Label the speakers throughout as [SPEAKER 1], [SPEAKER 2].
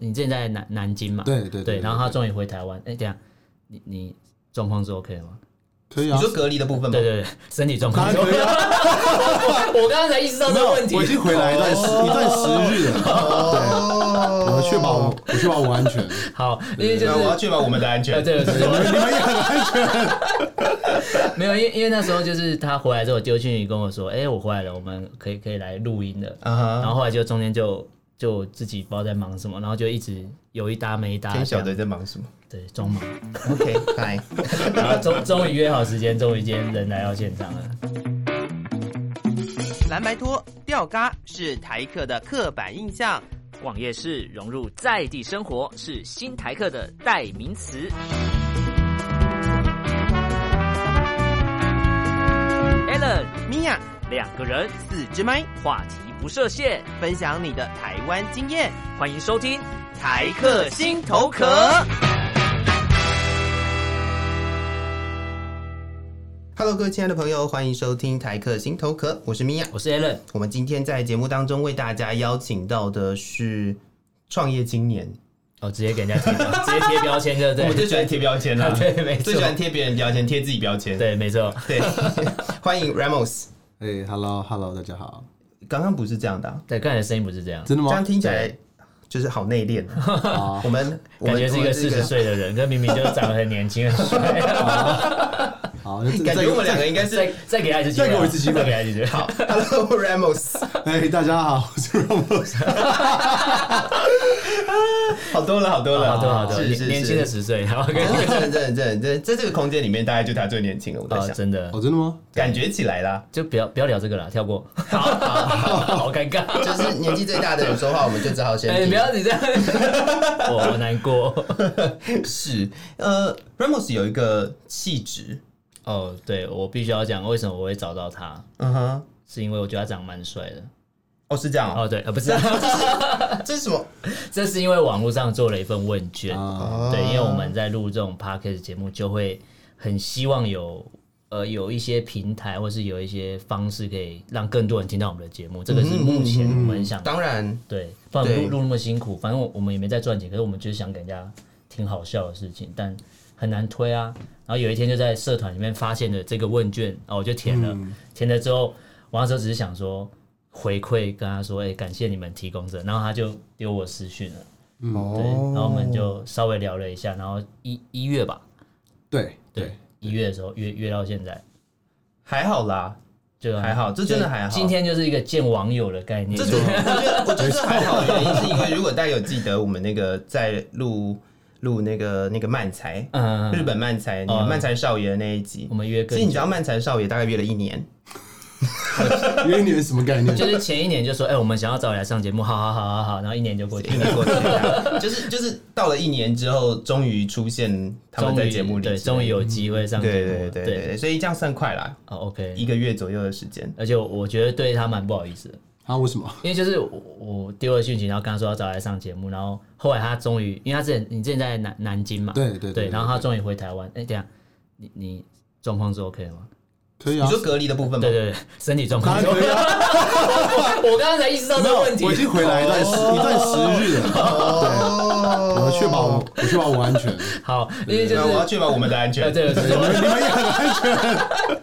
[SPEAKER 1] 你之前在南南京嘛？
[SPEAKER 2] 对对
[SPEAKER 1] 对，然后他终于回台湾。哎，等一下，你你状况是 OK 的吗？
[SPEAKER 2] 可以
[SPEAKER 3] 你
[SPEAKER 2] 啊，
[SPEAKER 3] 说隔离的部分吗？
[SPEAKER 1] 对对对，身体状
[SPEAKER 2] 当
[SPEAKER 1] 况
[SPEAKER 2] 然
[SPEAKER 1] 是 OK
[SPEAKER 2] 可以啊，
[SPEAKER 1] 我刚刚才意识到这
[SPEAKER 2] 没
[SPEAKER 1] 个
[SPEAKER 2] 有
[SPEAKER 1] 问，题哦
[SPEAKER 2] 我已。经回来一段时一段时日了，对，我确保我我确保我安 全，
[SPEAKER 1] 好，因为就
[SPEAKER 3] 那
[SPEAKER 1] 是
[SPEAKER 3] 我要确保我们的安
[SPEAKER 1] 呃，
[SPEAKER 3] 全。
[SPEAKER 1] 对，就是我
[SPEAKER 2] 你 们也很安全，
[SPEAKER 1] 没有，因为因为那时候就是他回来之后丢讯息跟我说，哎、我回来了，我们可以可以来录音了。
[SPEAKER 3] 啊哈
[SPEAKER 1] 然后后来就中间就就自己不知道在忙什么，然后就一直有一搭没一搭这
[SPEAKER 3] 天
[SPEAKER 1] 样，
[SPEAKER 3] 晓得在忙什么。
[SPEAKER 1] 对装忙。
[SPEAKER 3] OK，拜。
[SPEAKER 1] 然后终终于约好时间，终于今天人来到现场了。
[SPEAKER 4] 蓝白拖吊嘎是台客的刻板印象，
[SPEAKER 5] 逛夜市融入在地生活是新台客的代名词。Allen
[SPEAKER 4] 米娅
[SPEAKER 5] 两个人
[SPEAKER 4] 四支麦
[SPEAKER 5] 话题不设限，
[SPEAKER 4] 分享你的台湾经验，
[SPEAKER 5] 欢迎收听。
[SPEAKER 4] 台客心头壳。Hello，各位亲爱的朋友，欢迎收听台客心头壳，我是米娅。
[SPEAKER 1] 我是 Allen，
[SPEAKER 4] 我们今天在节目当中为大家邀请到的是创业青年，
[SPEAKER 1] 哦，直接给人家贴标，直接贴标签，对不对？，
[SPEAKER 3] 我最喜欢贴标签了
[SPEAKER 4] 啊
[SPEAKER 1] 对没错
[SPEAKER 3] 最喜欢贴别人标签，贴自己标签。
[SPEAKER 1] 对，没错。
[SPEAKER 3] 对，
[SPEAKER 4] 欢迎 Ramos。
[SPEAKER 2] 哎，hello hello，大家好，
[SPEAKER 4] 刚刚不是这样的啊、
[SPEAKER 1] 对，刚才的声音不是这样，
[SPEAKER 2] 真的
[SPEAKER 4] 这
[SPEAKER 2] 吗
[SPEAKER 4] 样？听起来就是好内敛啊。
[SPEAKER 2] 啊
[SPEAKER 4] 我们我
[SPEAKER 1] 感
[SPEAKER 4] 们
[SPEAKER 1] 觉是一个
[SPEAKER 4] 我们这
[SPEAKER 1] 四十岁的人，可明明就长得很年轻，很帅。
[SPEAKER 2] 好，那
[SPEAKER 3] 感
[SPEAKER 2] 再
[SPEAKER 3] 觉我们两个应该
[SPEAKER 1] 再
[SPEAKER 3] 是
[SPEAKER 1] 再给他一次机会啊，
[SPEAKER 2] 再给我一次机会
[SPEAKER 1] 再给他一次机会。好，
[SPEAKER 4] Hello Ramos，
[SPEAKER 2] 哎，大家好，我是 Ramos，
[SPEAKER 3] 好多了，好多了，
[SPEAKER 1] 好的好的，
[SPEAKER 3] 是是
[SPEAKER 1] 啊年
[SPEAKER 3] 是
[SPEAKER 1] 年轻的十岁，好，跟
[SPEAKER 3] 真的真的真的真的，在这个空间里面，大概就他最年轻了。我在
[SPEAKER 1] 哦，
[SPEAKER 3] 想，
[SPEAKER 1] 真的
[SPEAKER 2] 哦，真的吗？
[SPEAKER 3] 感觉起来啦，
[SPEAKER 1] 就不要不要聊这个了，跳过。好，好 好尴尬。
[SPEAKER 4] 就是年纪最大的人说话，我们就只好先
[SPEAKER 1] 哎，
[SPEAKER 4] 听。
[SPEAKER 1] 不要你这样，我好难过。
[SPEAKER 3] 是呃，Ramos 有一个气质，
[SPEAKER 1] 哦，对我必须要讲，为什么我会找到他，
[SPEAKER 3] 嗯哼，
[SPEAKER 1] 是因为我觉得他长得蛮帅的。
[SPEAKER 3] 哦是这样哦，
[SPEAKER 1] 哦，对，呃，不是，
[SPEAKER 4] 这是什么？
[SPEAKER 1] 这是因为网络上做了一份问卷，
[SPEAKER 2] 啊，
[SPEAKER 3] 哦
[SPEAKER 1] 对，哦因为我们在录这种 podcast 节目，就会很希望有呃有一些平台，或是有一些方式可以让更多人听到我们的节目。这个是
[SPEAKER 3] 嗯
[SPEAKER 1] 目前我们想
[SPEAKER 4] 当然，
[SPEAKER 1] 对，不然我们
[SPEAKER 4] 对
[SPEAKER 1] 录录那么辛苦，反正我我们也没在赚钱，可是我们就是想给人家听好笑的事情，但很难推啊。然后有一天就在社团里面发现了这个问卷，哦，我就填了，填了之后，我那时候只是想说回馈跟他说，哎、感谢你们提供这，然后他就丢我私讯了，
[SPEAKER 2] 嗯
[SPEAKER 1] 对，然
[SPEAKER 2] 哦
[SPEAKER 1] 后我们就稍微聊了一下，然后一一月吧，
[SPEAKER 2] 对
[SPEAKER 1] 对
[SPEAKER 2] 对，，
[SPEAKER 1] 一月的时候约约到现在，
[SPEAKER 3] 还好啦，
[SPEAKER 1] 就
[SPEAKER 3] 还好这真的还好
[SPEAKER 1] 今天就是一个见网友的概念，
[SPEAKER 3] 这种我觉得我觉得这还好，原因是因为如果大家有记得我们那个在录录那个那个漫才，
[SPEAKER 1] 嗯，
[SPEAKER 3] 日本漫才，你
[SPEAKER 1] 哦
[SPEAKER 3] 们漫才少爷的那一集
[SPEAKER 1] 我，们约
[SPEAKER 3] 其
[SPEAKER 1] 更
[SPEAKER 3] 实你
[SPEAKER 1] 久
[SPEAKER 3] 知。道漫才少爷大概约了一年，
[SPEAKER 2] 约你们什么概念？
[SPEAKER 1] 就是前一年就说，哎、我们想要找你来上节目，好好好好好，然后一年就过去
[SPEAKER 3] 一
[SPEAKER 1] 了，
[SPEAKER 3] 年过去了，就是就是到了一年之后，终于出现 他们
[SPEAKER 1] 终
[SPEAKER 3] 在
[SPEAKER 1] 于
[SPEAKER 3] 节目里之类
[SPEAKER 1] 对，
[SPEAKER 3] 的，
[SPEAKER 1] 终于有机会上节目
[SPEAKER 3] 对
[SPEAKER 1] 了
[SPEAKER 3] 对，对对对，所以这样算快啦，
[SPEAKER 1] 哦
[SPEAKER 3] 一
[SPEAKER 1] ，OK。
[SPEAKER 3] 个月左右的时间。
[SPEAKER 1] 而且我觉得对他蛮不好意思的，
[SPEAKER 2] 啊，为什么？
[SPEAKER 1] 因为就是我我丢了讯息，然后跟他说要找他来上节目，然后后来他终于，因为他之前你之前在南南京嘛，
[SPEAKER 2] 对对
[SPEAKER 1] 对，然后他终于回台湾，哎、等一下你你状况是 OK 的吗？
[SPEAKER 2] 可以
[SPEAKER 3] 你
[SPEAKER 2] 啊，
[SPEAKER 3] 说隔离的部分吗
[SPEAKER 1] 对？对对，身体状况
[SPEAKER 2] 当然
[SPEAKER 1] 是 OK
[SPEAKER 2] 可以啊，
[SPEAKER 1] 我刚刚才意识 到这
[SPEAKER 2] 没
[SPEAKER 1] 个
[SPEAKER 2] 有
[SPEAKER 1] 问，题哦
[SPEAKER 2] 我已，经回来一段时一段时日 了，对，我确 保我我确保我安全，
[SPEAKER 1] 好，因为就
[SPEAKER 3] 那
[SPEAKER 1] 是
[SPEAKER 3] 我要确保我们的安全
[SPEAKER 1] 呃，。对，就是
[SPEAKER 2] 你
[SPEAKER 1] 我
[SPEAKER 2] 们你们也很安全，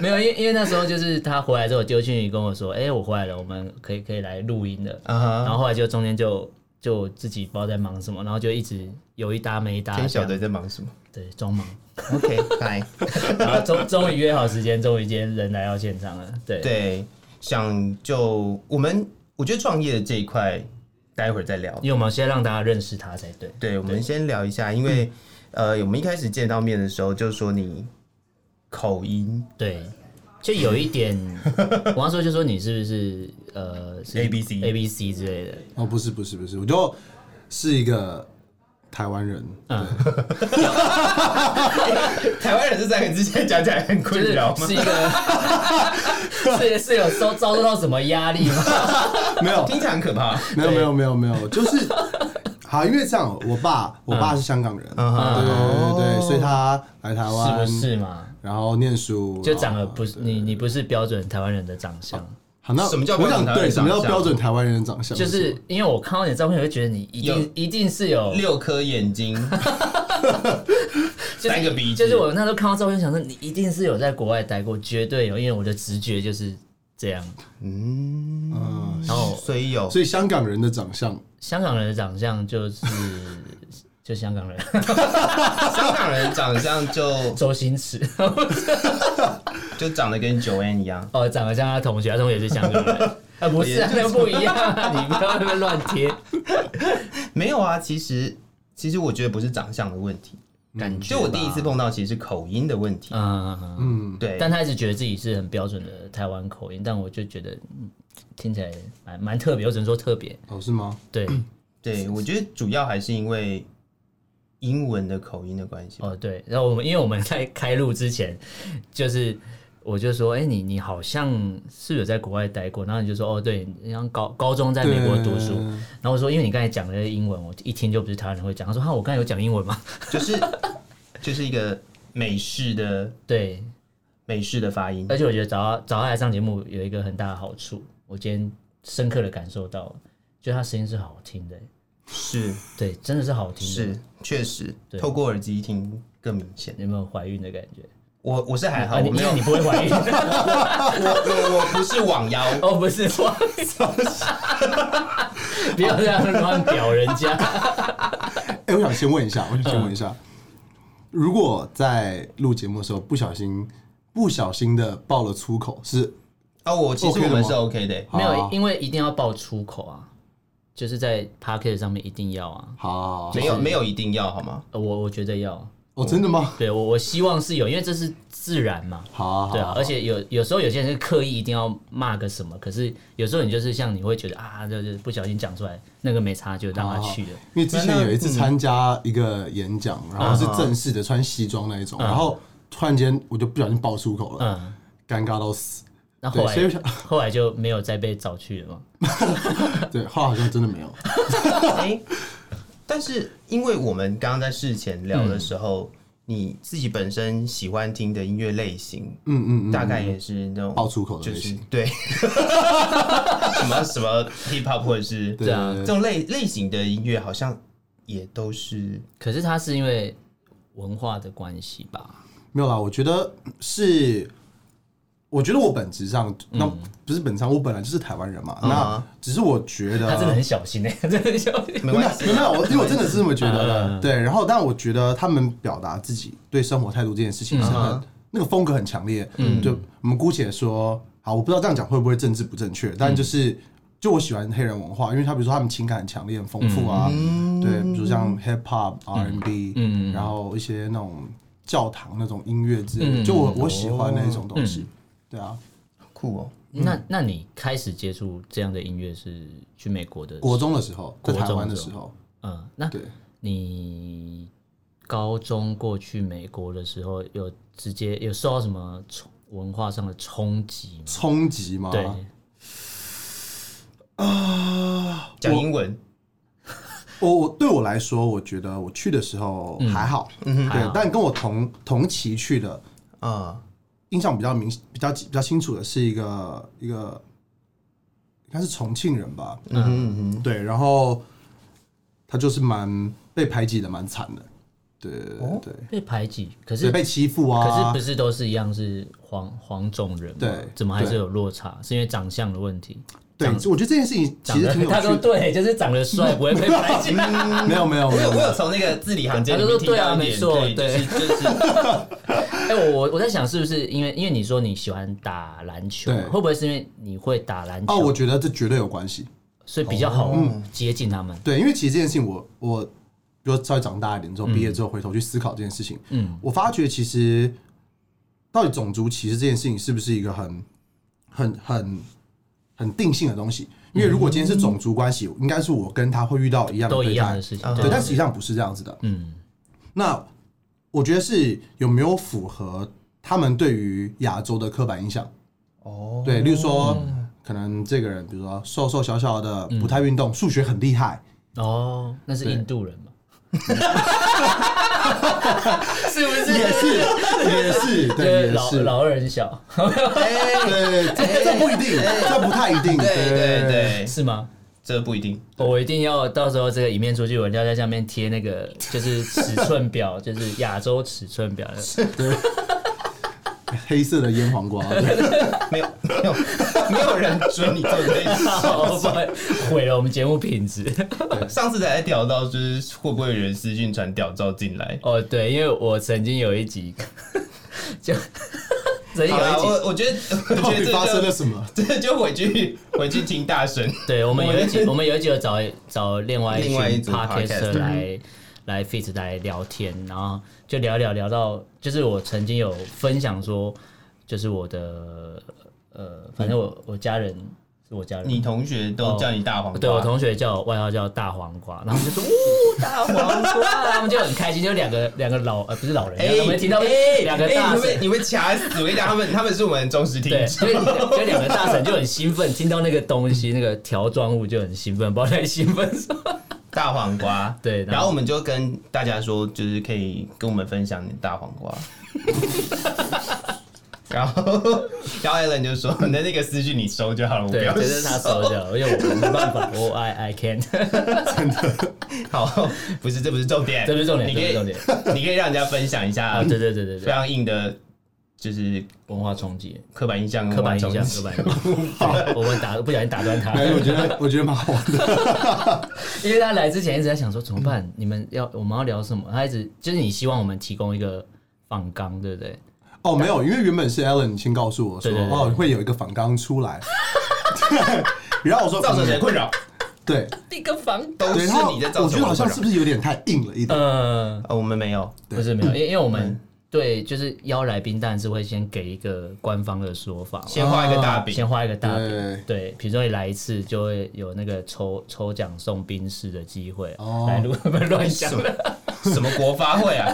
[SPEAKER 1] 没有，因为因为那时候就是他回来之后丢讯息跟我说，哎、我回来了，我们可以可以来录音了。
[SPEAKER 3] 啊哈
[SPEAKER 1] 然后后来就中间就就自己不知道在忙什么，然后就一直有一搭没一搭这
[SPEAKER 3] 天
[SPEAKER 1] 样，
[SPEAKER 3] 晓得在忙什么。
[SPEAKER 1] 对装忙。
[SPEAKER 3] OK，拜。
[SPEAKER 1] 然后终终于约好时间，终于今天人来到现场了。对
[SPEAKER 3] 对，想就我们，我觉得创业的这一块，待会儿再聊。
[SPEAKER 1] 因为我们先让大家认识他才对。
[SPEAKER 3] 对，我们先聊一下，因为、呃，我们一开始见到面的时候就说你口音
[SPEAKER 1] 对，就有一 点，我那时候就说你是不是呃是
[SPEAKER 3] ABC
[SPEAKER 1] A B C 之类的，
[SPEAKER 2] 哦，不是不是不是，我就是一个台 湾人，
[SPEAKER 3] 台湾人这三个字现在讲起来很
[SPEAKER 1] 就
[SPEAKER 3] 困
[SPEAKER 1] 是
[SPEAKER 3] 扰吗
[SPEAKER 1] 是？一个 是是有遭遭受到什么压 力吗？
[SPEAKER 2] 没有
[SPEAKER 3] 听起来很可怕。
[SPEAKER 2] 没有没有没有没有，就是好，因为这样，我爸我
[SPEAKER 1] 嗯
[SPEAKER 2] 爸是香港人，对对对对，所以他来台
[SPEAKER 1] 哦是不
[SPEAKER 2] 湾，
[SPEAKER 1] 是嘛？
[SPEAKER 2] 然后念书，
[SPEAKER 1] 就长得
[SPEAKER 2] 然后
[SPEAKER 1] 不是你，你不是标准台湾人的长相，
[SPEAKER 2] 好，那
[SPEAKER 3] 什么叫
[SPEAKER 2] 我
[SPEAKER 3] 标准
[SPEAKER 2] 想
[SPEAKER 3] 台湾
[SPEAKER 2] 对
[SPEAKER 3] 人
[SPEAKER 2] 什么叫
[SPEAKER 3] 长相
[SPEAKER 2] 标准台湾人长相？
[SPEAKER 1] 就是因为我看到你的照片，我就觉得你一定一定是有
[SPEAKER 3] 六颗眼 睛，
[SPEAKER 1] 就是
[SPEAKER 3] 三个鼻子
[SPEAKER 1] 就是我那时候看到照片，想说你一定是有在国外待过，绝对有，因为我的直觉就是这 样。
[SPEAKER 2] 嗯，
[SPEAKER 1] 然后
[SPEAKER 4] 所以
[SPEAKER 3] 哦
[SPEAKER 4] 有
[SPEAKER 2] 所以香港人的长相，嗯
[SPEAKER 1] 香港人的长相就是 就香港人，
[SPEAKER 3] 香港人长相就
[SPEAKER 1] 周星驰
[SPEAKER 3] 就长得跟 Joanne 一样。
[SPEAKER 1] 哦，长得像他同学，他同学是香港 人。啊，不是啊，那个不一样 啊！你不要在那边乱贴，
[SPEAKER 3] 没有啊，其实其实我觉得不是长相的问题，
[SPEAKER 1] 感觉
[SPEAKER 3] 就我第一次碰到其实是口音的问题。
[SPEAKER 1] 啊、 嗯嗯
[SPEAKER 2] 嗯，
[SPEAKER 3] 对，
[SPEAKER 1] 但他一直觉得自己是很标准的台湾口音，但我就觉得、嗯、听起来蛮蛮特别，我只能说特别。
[SPEAKER 2] 哦，是吗？
[SPEAKER 1] 对，
[SPEAKER 3] 对我觉得主要还是因为英文的口音的关系吧。
[SPEAKER 1] 哦，对，然后我们因为我们在开录之前，就是我就说，哎、你你好像是有在国外待过，然后你就说，哦，对，你像高高中在美国读书，
[SPEAKER 2] 对
[SPEAKER 1] 然后我说，因为你刚才讲的英文，我一听就不是台湾人会讲。他说，哈，我刚才有讲英文吗？
[SPEAKER 3] 就是就是一个美式的
[SPEAKER 1] 对，
[SPEAKER 3] 美式的发音
[SPEAKER 1] 而。且我觉得找他找他来上节目有一个很大的好处，我今天深刻的感受到了，就他声音是好听的，
[SPEAKER 3] 是
[SPEAKER 1] 对，真的是好听的。
[SPEAKER 3] 是，确实
[SPEAKER 1] 对，
[SPEAKER 3] 透过耳机听更明显。
[SPEAKER 1] 你有没有怀孕的感觉？
[SPEAKER 3] 我我是还好，
[SPEAKER 1] 啊，你
[SPEAKER 3] 我
[SPEAKER 1] 因
[SPEAKER 3] 没有
[SPEAKER 1] 为，你不会怀孕，
[SPEAKER 3] 我我我不是网腰，
[SPEAKER 1] 哦，不是，我不要这样乱表人家。
[SPEAKER 2] 哎、我想先问一下，我想先问一下，如果在录节目的时候不小心不小心的爆了粗口，是
[SPEAKER 3] 哦，我其实
[SPEAKER 2] OK 的
[SPEAKER 3] 我们
[SPEAKER 2] 吗
[SPEAKER 3] 是 OK 的。
[SPEAKER 2] 好
[SPEAKER 1] 没有，因为一定要爆粗口啊，就是在 p a c k e t 上面一定要啊。
[SPEAKER 2] 好，
[SPEAKER 3] 没有没有一定要好吗？
[SPEAKER 1] 呃我我觉得要，
[SPEAKER 2] 哦，真的吗？
[SPEAKER 1] 对我我希望是有，因为这是自然嘛。
[SPEAKER 2] 好啊，好
[SPEAKER 1] 对啊，而且有有时候有些人是刻意一定要骂个什么，可是有时候你就是像你会觉得啊，就就不小心讲出来，那个没差就让他去了。
[SPEAKER 2] 因为之前有一次参加一个演讲，然后是正式的，穿西装那一种，然后突然间我就不小心爆粗口了，
[SPEAKER 1] 嗯，
[SPEAKER 2] 尴尬到死。
[SPEAKER 1] 那
[SPEAKER 2] 对
[SPEAKER 1] 后，来
[SPEAKER 2] 所以我想，
[SPEAKER 1] 后来就没有再被找去了嘛。
[SPEAKER 2] 对，后来好像真的 没有。
[SPEAKER 3] 哎，但是因为我们刚刚在事前聊的时候，你自己本身喜欢听的音乐类型，
[SPEAKER 2] 嗯嗯嗯，
[SPEAKER 3] 大概也是那种
[SPEAKER 2] 爆粗口的
[SPEAKER 3] 就
[SPEAKER 2] 类
[SPEAKER 3] 是
[SPEAKER 2] 型。
[SPEAKER 3] 对，什么什么 hip hop 或者是
[SPEAKER 2] 对
[SPEAKER 1] 啊
[SPEAKER 3] 这种类类型的音乐，好像也都是
[SPEAKER 1] 可是他是因为文化的关系吧？
[SPEAKER 2] 没有啦，我觉得是，我觉得我本质上，那
[SPEAKER 1] 嗯
[SPEAKER 2] 不是本质上，我本来就是台湾人嘛。那只是我觉得，
[SPEAKER 1] 他真的很小心哎、真的很小心。
[SPEAKER 3] 没
[SPEAKER 2] 没有
[SPEAKER 3] 关系
[SPEAKER 2] 没有，没有，我因为我真的是这么觉得
[SPEAKER 1] 嗯嗯
[SPEAKER 2] 的。
[SPEAKER 1] 嗯
[SPEAKER 2] 对，然后但我觉得他们表达自己对生活态度这件事情是
[SPEAKER 3] 嗯
[SPEAKER 2] 很
[SPEAKER 3] 哼
[SPEAKER 2] 那个风格很强烈。嗯，就我们姑且说，好，我不知道这样讲会不会政治不正确，但就是就我喜欢黑人文化，因为他比如说他们情感很强烈、很丰富啊，对，比如像 hip hop、R&B，嗯，然后一些那种教堂那种音乐之类的，
[SPEAKER 1] 嗯
[SPEAKER 2] 就我我喜欢那种东西。对啊，
[SPEAKER 3] 酷哦。
[SPEAKER 1] 那那你开始接触这样的音乐是去美国的时候？
[SPEAKER 2] 国中的时候，在
[SPEAKER 1] 国中
[SPEAKER 2] 台湾的
[SPEAKER 1] 的时
[SPEAKER 2] 时候，
[SPEAKER 1] 嗯，那
[SPEAKER 2] 对。
[SPEAKER 1] 你高中过去美国的时候，有直接有受到什么冲文化上的冲击吗？
[SPEAKER 2] 冲啊击嘛，
[SPEAKER 1] 对，
[SPEAKER 2] 啊
[SPEAKER 3] 讲英文，
[SPEAKER 2] 我我对我来说，我觉得我去的时候还好，
[SPEAKER 1] 嗯
[SPEAKER 2] 嗯
[SPEAKER 1] 还
[SPEAKER 2] 对
[SPEAKER 1] 好，
[SPEAKER 2] 但跟我同同期去的，
[SPEAKER 3] 啊，
[SPEAKER 2] 印象比较明、比较比较清楚的是一个一个，应该是重庆人吧，
[SPEAKER 3] 嗯哼嗯哼，
[SPEAKER 2] 对，然后他就是蛮被排挤的，蛮惨的，对对对对，
[SPEAKER 1] 被排挤，可
[SPEAKER 2] 所以
[SPEAKER 1] 是
[SPEAKER 2] 被欺负
[SPEAKER 1] 哦可是
[SPEAKER 2] 啊
[SPEAKER 1] 不，是都是一样是黄黄种人吗？
[SPEAKER 2] 对
[SPEAKER 1] 怎么还是
[SPEAKER 2] 对
[SPEAKER 1] 有落差？是因为长相的问题？
[SPEAKER 2] 对，我觉得这件事情其
[SPEAKER 1] 长
[SPEAKER 2] 实
[SPEAKER 1] 得
[SPEAKER 2] 挺有
[SPEAKER 1] 他说
[SPEAKER 2] 趣的，
[SPEAKER 1] 对，就是长得帅不会被排 挤。
[SPEAKER 2] 没有没有
[SPEAKER 3] 我
[SPEAKER 2] 没
[SPEAKER 3] 有
[SPEAKER 2] 有
[SPEAKER 3] 我
[SPEAKER 2] 没有
[SPEAKER 3] 有从那个字里行间里
[SPEAKER 1] 他就
[SPEAKER 3] 面
[SPEAKER 1] 说
[SPEAKER 3] 听 到一
[SPEAKER 1] 对啊
[SPEAKER 3] 点
[SPEAKER 1] 没错
[SPEAKER 3] 对，就是就是
[SPEAKER 1] 哎，我我我在想是不是因为因为你说你喜欢打篮球嘛，
[SPEAKER 2] 对
[SPEAKER 1] 会不会是因为你会打篮
[SPEAKER 2] 哦，我
[SPEAKER 1] 球，
[SPEAKER 2] 觉哦嗯得这绝对有关系，
[SPEAKER 1] 所以比较好接近他们？
[SPEAKER 2] 对，因为其实这件事情我，我比如说稍微长大一点之后，毕业之后回头去思考这件事情，
[SPEAKER 1] 嗯
[SPEAKER 2] 嗯，我发觉其实到底种族歧视这件事情是不是一个很、很、很、很定性的东西？因为如果今天是种族关系，应该是我跟他会遇到一样的
[SPEAKER 1] 都
[SPEAKER 2] 对
[SPEAKER 1] 一样的
[SPEAKER 2] 待，
[SPEAKER 1] 事情啊
[SPEAKER 3] 嗯，
[SPEAKER 2] 对，但实际上不是这样子的。
[SPEAKER 1] 嗯
[SPEAKER 2] 那我觉得是有没有符合他们对于亚洲的刻板印象？
[SPEAKER 3] 哦，
[SPEAKER 2] 对，例如说，可能这个人，比如说瘦瘦小小的，不太运动，数学很厉害，
[SPEAKER 1] 哦，那是印度人嘛？
[SPEAKER 4] 是不是？
[SPEAKER 2] 也是也是，
[SPEAKER 1] 因为
[SPEAKER 2] 对也
[SPEAKER 1] 老
[SPEAKER 2] 是，
[SPEAKER 1] 老二很小，
[SPEAKER 2] 对，这这不一定，这不太一定，
[SPEAKER 4] 对对
[SPEAKER 2] 对
[SPEAKER 4] 对，
[SPEAKER 1] 是吗？
[SPEAKER 3] 这不一定。
[SPEAKER 1] 我一定要到时候这个影片出去，我一定要在下面贴那 个就是尺寸表，就是亚洲尺寸表。
[SPEAKER 2] 黑色的腌黄瓜， 对
[SPEAKER 3] 没有没有没有人准你做 这一
[SPEAKER 1] 好
[SPEAKER 3] 事。
[SPEAKER 1] 哦不然毁了我们节目品质。
[SPEAKER 3] 上次才屌到，就是会不会有人私讯传屌照进来？
[SPEAKER 1] 哦，对，因为我曾经有一集 就 曾经
[SPEAKER 3] 好啦，
[SPEAKER 1] 有一集，
[SPEAKER 3] 啊我我觉得我
[SPEAKER 2] 到
[SPEAKER 3] 觉
[SPEAKER 2] 底发生了
[SPEAKER 3] 得
[SPEAKER 2] 什么？
[SPEAKER 3] 这就这 就回去回去听大神。
[SPEAKER 1] 对我们有一集，我们有一集有找找另外
[SPEAKER 3] 另外一
[SPEAKER 1] 群
[SPEAKER 3] 组
[SPEAKER 1] podcaster
[SPEAKER 3] podcaster
[SPEAKER 1] 来来 fit 来聊天，然后就聊一聊聊到，就是我曾经有分享说，就是我的呃，反正我我家人是我家人，
[SPEAKER 3] 你同学都叫你大黄瓜，
[SPEAKER 1] 哦对我同学叫我外号叫大黄瓜，然后他们就说哦大黄瓜，他们就很开心，就两个两个老呃不是老人，
[SPEAKER 3] 哎，
[SPEAKER 1] 我们听到
[SPEAKER 3] 哎
[SPEAKER 1] 两个
[SPEAKER 3] 哎
[SPEAKER 1] 大神
[SPEAKER 3] 你会。你会掐死！我跟你讲，他们他们是我们的忠实听
[SPEAKER 1] 对，
[SPEAKER 3] 众
[SPEAKER 1] 所以。就两个大神就很兴奋，听到那个东西，那个条状物就很兴奋，不知道在兴奋什么。
[SPEAKER 3] 大黄瓜，
[SPEAKER 1] 对然后
[SPEAKER 3] 然后我们就跟大家说，就是可以跟我们分享你的大黄瓜。 然后，然后 Alan 就说：“那那个私讯你收就好了，我不
[SPEAKER 1] 对，
[SPEAKER 3] 要
[SPEAKER 1] 这是他收的，因为我没办法，我 I I can，
[SPEAKER 3] 好，不是，这不是重点，
[SPEAKER 1] 这不是重点
[SPEAKER 3] 你可以，
[SPEAKER 1] 这不是
[SPEAKER 3] 你可以让人家分享一下
[SPEAKER 1] 啊，对对对对
[SPEAKER 3] 非
[SPEAKER 1] 对，
[SPEAKER 3] 常硬的，就是
[SPEAKER 1] 文化冲击，
[SPEAKER 3] 刻板印象跟
[SPEAKER 1] 刻板
[SPEAKER 3] 网
[SPEAKER 1] 印
[SPEAKER 3] 中
[SPEAKER 1] 象，刻板印象。 我们打不小心打断他，
[SPEAKER 2] 没有，我觉得我觉得蛮好玩 的。
[SPEAKER 1] 因为他来之前一直在想说怎么办，你们要我们要聊什么？他一直就是你希望我们提供一个仿纲，对不对？
[SPEAKER 2] 哦，没有，因为原本是 Alan 先告诉我说，
[SPEAKER 1] 对对对
[SPEAKER 2] 哦，会有一个反刚出来， 对，然后我说
[SPEAKER 3] 造成
[SPEAKER 2] 嗯
[SPEAKER 3] 谁困扰？
[SPEAKER 2] 对
[SPEAKER 1] 第一个仿
[SPEAKER 3] 都
[SPEAKER 2] 对，
[SPEAKER 3] 是
[SPEAKER 2] 然后
[SPEAKER 3] 你在
[SPEAKER 2] 我
[SPEAKER 3] 造
[SPEAKER 2] 觉
[SPEAKER 3] 成
[SPEAKER 2] 得好
[SPEAKER 3] 我
[SPEAKER 2] 像
[SPEAKER 3] 困
[SPEAKER 2] 是
[SPEAKER 3] 扰。
[SPEAKER 2] 不是有点太硬了一点？
[SPEAKER 1] 呃，
[SPEAKER 3] 哦，我们没有，
[SPEAKER 2] 对
[SPEAKER 1] 不是没有，因为因为我们对就是邀来宾，当然是会先给一个官方的说法嘛，
[SPEAKER 3] 先画一个大饼，
[SPEAKER 1] 先画一个大饼。
[SPEAKER 2] 对，
[SPEAKER 1] 对，比如说你来一次，就会有那个抽抽奖送冰室的机会。
[SPEAKER 2] 哦
[SPEAKER 1] 来，如果乱讲
[SPEAKER 3] 什，么什么国发会 啊？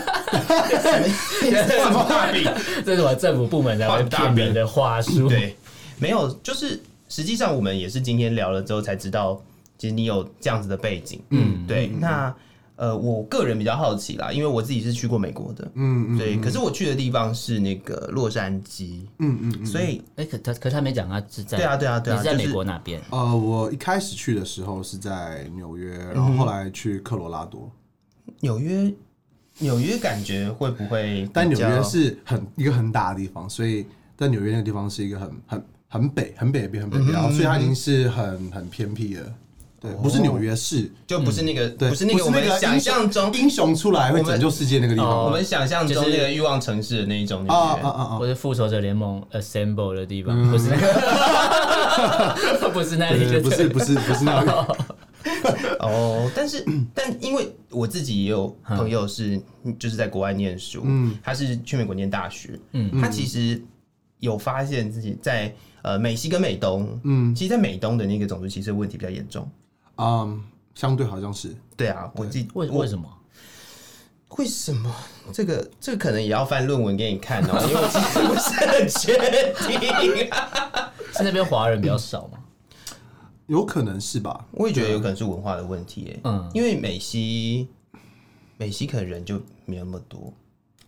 [SPEAKER 3] 什么大饼？
[SPEAKER 1] 这是我政府部门才会
[SPEAKER 3] 画大
[SPEAKER 1] 骗人
[SPEAKER 3] 饼
[SPEAKER 1] 的话 术。
[SPEAKER 3] 对，没有，就是实际上我们也是今天聊了之后才知道，其实你有这样子的背景。嗯，对。那呃，我个人比较好奇啦，因为我自己是去过美国的，
[SPEAKER 2] 嗯嗯
[SPEAKER 3] 对。可是我去的地方是那个洛杉矶，
[SPEAKER 2] 嗯嗯嗯。
[SPEAKER 3] 所以
[SPEAKER 1] 哎，可他可他没讲，他是在
[SPEAKER 3] 对啊，对啊，对
[SPEAKER 1] 你
[SPEAKER 3] 啊，
[SPEAKER 1] 是在
[SPEAKER 3] 就
[SPEAKER 1] 美
[SPEAKER 3] 是
[SPEAKER 1] 国哪边？
[SPEAKER 2] 呃，我一开始去的时候是在纽约，然后后来去科罗拉多，
[SPEAKER 3] 纽约，纽约感觉会不会比较？
[SPEAKER 2] 但纽约是很一个很大的地方，所以在纽约那个地方是一个很很很北很北边很
[SPEAKER 3] 嗯
[SPEAKER 2] 北边，然后所以它已经是很很偏僻了。对，
[SPEAKER 3] 哦
[SPEAKER 2] 不是纽约市，
[SPEAKER 3] 就不是那个，
[SPEAKER 2] 嗯对，
[SPEAKER 3] 不是那个我们想象中，哦
[SPEAKER 2] 英雄出来会拯救世界那个地
[SPEAKER 3] 我
[SPEAKER 2] 方
[SPEAKER 3] 们想象中
[SPEAKER 1] 就是
[SPEAKER 3] 那个欲望城市的那一种纽
[SPEAKER 2] 啊
[SPEAKER 3] 约。
[SPEAKER 2] 啊啊
[SPEAKER 1] 或
[SPEAKER 2] 啊！
[SPEAKER 1] 是复仇者联盟 assemble 的地方，不是那 个，不是那里，
[SPEAKER 2] 嗯对，不是不是不是那个，
[SPEAKER 3] 哦，但 是但因为我自己也有朋友是就是在国外念书，
[SPEAKER 2] 嗯
[SPEAKER 3] 他是去美国念大学，
[SPEAKER 1] 嗯
[SPEAKER 3] 他其实有发现自己在呃美西跟美东，
[SPEAKER 2] 嗯
[SPEAKER 3] 其实，在美东的那个种族歧视问题比较严重。
[SPEAKER 2] 嗯，相对好像是
[SPEAKER 3] 对啊，我记
[SPEAKER 1] 为
[SPEAKER 3] 我
[SPEAKER 1] 为什么？
[SPEAKER 3] 为什么这个这个可能也要翻论文给你看哦， 因为我其实不是很确定、啊
[SPEAKER 1] 是那边华人比较少嘛？
[SPEAKER 2] 有可能是吧？
[SPEAKER 3] 我也觉得有可能是文化的问题、耶，
[SPEAKER 1] 嗯
[SPEAKER 3] 因为美西美西可能人就没有那么多，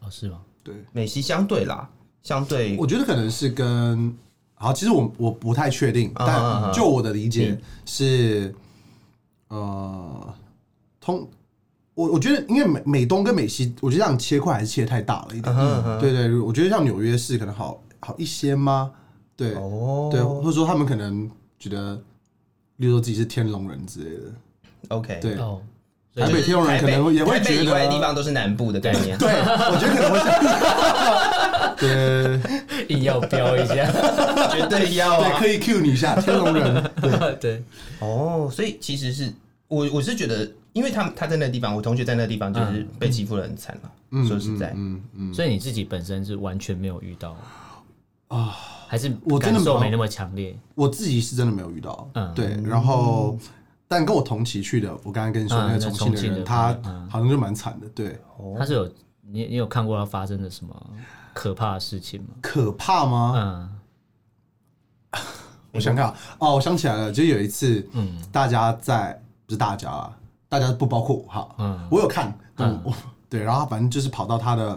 [SPEAKER 2] 嗯
[SPEAKER 1] 哦，是吗？
[SPEAKER 2] 对，
[SPEAKER 3] 美西相对啦，相对
[SPEAKER 2] 我觉得可能是跟好，其实我我不太确定，
[SPEAKER 3] 啊啊啊
[SPEAKER 2] 但就我的理解是，呃，通我我觉得，因为美美东跟美西，我觉得这样切块还是切太大了
[SPEAKER 3] 嗯
[SPEAKER 2] 一点。
[SPEAKER 3] 啊
[SPEAKER 2] 对对，我觉得像纽约市可能好好一些吗？对、
[SPEAKER 3] 哦
[SPEAKER 2] 对，或者说他们可能觉得，例如说自己是天龙人之类的，
[SPEAKER 3] OK，
[SPEAKER 2] 对。
[SPEAKER 1] 哦，所以
[SPEAKER 2] 台
[SPEAKER 1] 就
[SPEAKER 2] 北
[SPEAKER 1] 是
[SPEAKER 2] 天龙人可能也会
[SPEAKER 3] 台北
[SPEAKER 2] 觉
[SPEAKER 3] 以外的地
[SPEAKER 2] 得，
[SPEAKER 3] 方都是南部的概 念。
[SPEAKER 2] 对， 我觉得可能会这样。对
[SPEAKER 1] 硬要标一下，
[SPEAKER 3] 绝对要啊
[SPEAKER 1] 啊
[SPEAKER 2] 对，！可以 cue 你一下天 龙人。 对，
[SPEAKER 1] 对，
[SPEAKER 3] 哦，所以其实是我我是觉得，因为他他在那个地方，我同学在那个地方就是被欺负的很惨了。说实在，
[SPEAKER 2] 嗯嗯。
[SPEAKER 1] 所以你自己本身是完全没有遇到啊，还是
[SPEAKER 2] 我真的
[SPEAKER 1] 感受
[SPEAKER 2] 没有
[SPEAKER 1] 没那么强烈？
[SPEAKER 2] 我自己是真的没有遇到，
[SPEAKER 1] 嗯
[SPEAKER 2] 对，然后。但跟我同期去的，我刚刚跟你说
[SPEAKER 1] 嗯
[SPEAKER 2] 那个
[SPEAKER 1] 那
[SPEAKER 2] 重
[SPEAKER 1] 重
[SPEAKER 2] 庆的
[SPEAKER 1] 庆
[SPEAKER 2] 人，
[SPEAKER 1] 的
[SPEAKER 2] 他
[SPEAKER 1] 朋友嗯
[SPEAKER 2] 好像就蛮惨的，对，
[SPEAKER 1] 他是有你你有看过他发生的什么可怕的事情吗？
[SPEAKER 2] 可怕吗？
[SPEAKER 1] 嗯
[SPEAKER 2] 我想看啊，哦，我想起来了，就有一次，
[SPEAKER 1] 嗯
[SPEAKER 2] 大家在不是大家啦，大家不包括我哈。嗯，我有看，嗯，我 对，然后反正就是跑到他的，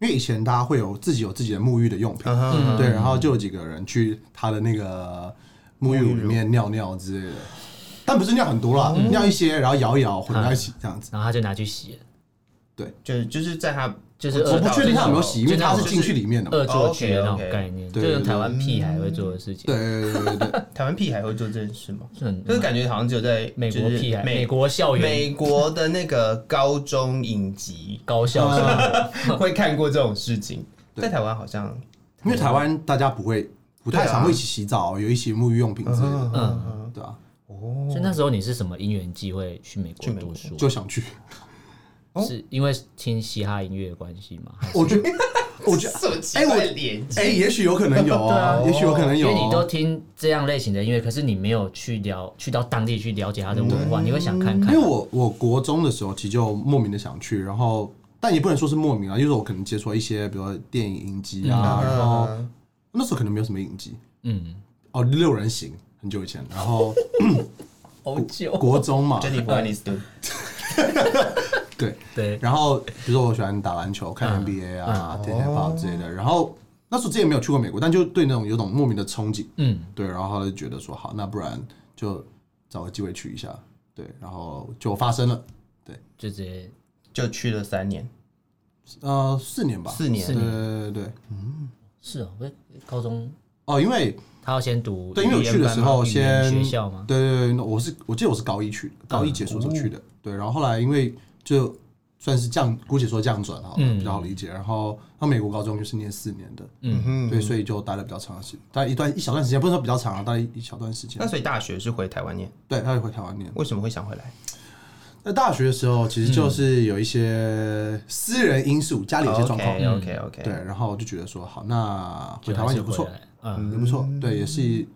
[SPEAKER 2] 因为以前大家会有自己有自己的沐浴的用
[SPEAKER 3] 嗯
[SPEAKER 2] 品，对，然后就有几个人去他的那个沐浴乳里面尿尿之类的，但不是尿很多啦，尿一些，然后摇一摇混在一起这样子。
[SPEAKER 1] 然后他就拿去洗了，
[SPEAKER 3] 就是就是在他
[SPEAKER 1] 就是
[SPEAKER 3] 嗯
[SPEAKER 2] 我
[SPEAKER 1] 恶
[SPEAKER 2] 不
[SPEAKER 1] 搞
[SPEAKER 2] 确定他有没有洗，因为
[SPEAKER 1] 就呃那
[SPEAKER 2] 他
[SPEAKER 1] 种
[SPEAKER 2] 是进去里面的嘛。
[SPEAKER 1] 恶作剧的那种
[SPEAKER 3] OK，OK
[SPEAKER 1] 概念，就
[SPEAKER 2] 哦对
[SPEAKER 1] 用台湾屁孩会做的事情，
[SPEAKER 2] 对对对对对对，
[SPEAKER 3] 台湾屁孩会做这件事
[SPEAKER 2] 嗯
[SPEAKER 3] 吗？
[SPEAKER 1] 就很
[SPEAKER 3] 就是感觉好像只有在
[SPEAKER 1] 美国
[SPEAKER 3] 就是
[SPEAKER 1] 屁孩，
[SPEAKER 3] 美
[SPEAKER 1] 美国校园
[SPEAKER 3] 美国的那个高中 影集
[SPEAKER 1] 高校生活，
[SPEAKER 3] 会看过这种事情，在台湾好像
[SPEAKER 2] 因为台湾大家不会不太
[SPEAKER 3] 对啊
[SPEAKER 2] 常会一起洗澡，有一起沐浴用品之类的，
[SPEAKER 1] 嗯，
[SPEAKER 2] 对啊，
[SPEAKER 1] 所以那时候你是什么因缘际会去美国
[SPEAKER 3] 去美
[SPEAKER 1] 读
[SPEAKER 3] 国
[SPEAKER 1] 书？
[SPEAKER 2] 就想哦去。
[SPEAKER 1] 是因为听嘻哈音乐的关系 吗？还是
[SPEAKER 2] 我觉得，我觉得，
[SPEAKER 3] 什么奇
[SPEAKER 2] 哎我
[SPEAKER 3] 怪的连接
[SPEAKER 2] 哎，也许有可能有哦，也许有可能
[SPEAKER 1] 啊因
[SPEAKER 2] 有
[SPEAKER 1] 为你都
[SPEAKER 2] 哦。
[SPEAKER 1] 听这样类型的音乐，可是你没有去了去到当地去了解他的文
[SPEAKER 2] 嗯
[SPEAKER 1] 化，你会想看
[SPEAKER 2] 因
[SPEAKER 1] 看
[SPEAKER 2] 为。我我国中的时候，其实就莫名的想去，然后但也不能说是莫名啊，就是我可能接触了一些，比如说电影影集啊，然后那时候可能没有什么影集
[SPEAKER 1] 嗯，
[SPEAKER 2] 哦，六人行很久以前，然后
[SPEAKER 1] 好久。
[SPEAKER 2] 国中嘛，
[SPEAKER 3] Jennifer Aniston
[SPEAKER 2] 对，
[SPEAKER 1] 对，
[SPEAKER 2] 然后比如说我喜欢打篮球、
[SPEAKER 1] 嗯
[SPEAKER 2] 看 NBA 啊、天天跑之类的。然后那时候之前没有去过美国，但就对那种有种莫名的憧憬。
[SPEAKER 1] 嗯，
[SPEAKER 2] 对，然后他就觉得说好，那不然就找个机会去一下。对，然后就发生了，
[SPEAKER 1] 就直接
[SPEAKER 3] 就去了三年，
[SPEAKER 2] 呃，四年吧，
[SPEAKER 3] 四年
[SPEAKER 2] 对对对对。
[SPEAKER 1] 是哦，不是高中
[SPEAKER 2] 哦，因为
[SPEAKER 1] 他要先读
[SPEAKER 2] 对，因为我去的时候
[SPEAKER 1] 语言
[SPEAKER 2] 先
[SPEAKER 1] 学校吗？
[SPEAKER 2] 对对对，那我是我记得我是高一去的，高一结束的时候去的。对，然后后来因为就算是降，姑且说降转好了，
[SPEAKER 1] 嗯
[SPEAKER 2] 比较好理解。然后到美国高中就是念四年的，
[SPEAKER 1] 嗯
[SPEAKER 2] 嗯，对，所以就待了比较长的时间，待一段一小段时间，不能说比较长啊，待一小段时间
[SPEAKER 3] 那。所以大学是回台湾念，
[SPEAKER 2] 对，他就回台湾念。
[SPEAKER 3] 为什么会想回来？
[SPEAKER 2] 在大学的时候，
[SPEAKER 1] 嗯
[SPEAKER 2] 其实就是有一些私人因素，家里有一些状况，嗯
[SPEAKER 3] OK OK，
[SPEAKER 2] 对，然后就觉得说好，那回台湾也不错
[SPEAKER 1] 就还，是回来，嗯，
[SPEAKER 2] 也不错，对，也是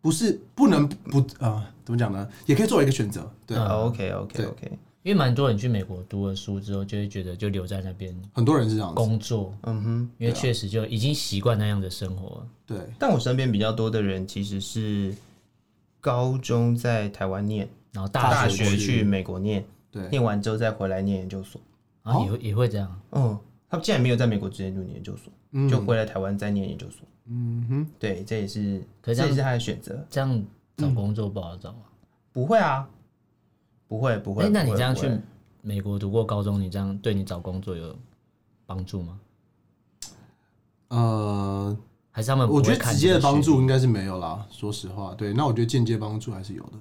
[SPEAKER 2] 不是不能不啊、怎么讲呢？也可以作为一个选择，对，
[SPEAKER 1] 嗯
[SPEAKER 3] OK OK OK，
[SPEAKER 1] 因为蛮多人去美国读了书之后，就会觉得就留在那边
[SPEAKER 2] 很多人是这样子，
[SPEAKER 1] 工作，
[SPEAKER 3] 嗯哼。
[SPEAKER 1] 因为
[SPEAKER 2] 啊
[SPEAKER 1] 确实就已经习惯那样的生活了。
[SPEAKER 2] 对，
[SPEAKER 3] 但我身边比较多的人其实是高中在台湾念，
[SPEAKER 1] 然后大
[SPEAKER 3] 大
[SPEAKER 1] 学，
[SPEAKER 3] 学去美国念，
[SPEAKER 2] 对
[SPEAKER 3] 念完之后再回来念研究所。
[SPEAKER 1] 然后也会也会这样，
[SPEAKER 3] 嗯，他们竟然没有在美国之前读研究所，
[SPEAKER 2] 嗯
[SPEAKER 3] 就回来台湾再念研究所。嗯哼，对，这也是，
[SPEAKER 1] 可是这
[SPEAKER 3] 这
[SPEAKER 1] 样
[SPEAKER 3] 也是他的选择。
[SPEAKER 1] 这样找工作不好找啊。
[SPEAKER 3] 不会啊，不会不
[SPEAKER 2] 嗯
[SPEAKER 3] 会
[SPEAKER 1] 哎，。那你
[SPEAKER 3] 不会
[SPEAKER 1] 这样
[SPEAKER 3] 不会
[SPEAKER 1] 去美国读过高中，你这样对你找工作有帮助吗？
[SPEAKER 2] 呃，
[SPEAKER 1] 还是他嗯们不会
[SPEAKER 2] 我觉得
[SPEAKER 1] 看
[SPEAKER 2] 直
[SPEAKER 1] 你
[SPEAKER 2] 接的
[SPEAKER 1] 学历
[SPEAKER 2] 帮助？应该是没有啦，说实话，对，那我觉得间接帮助还是有的，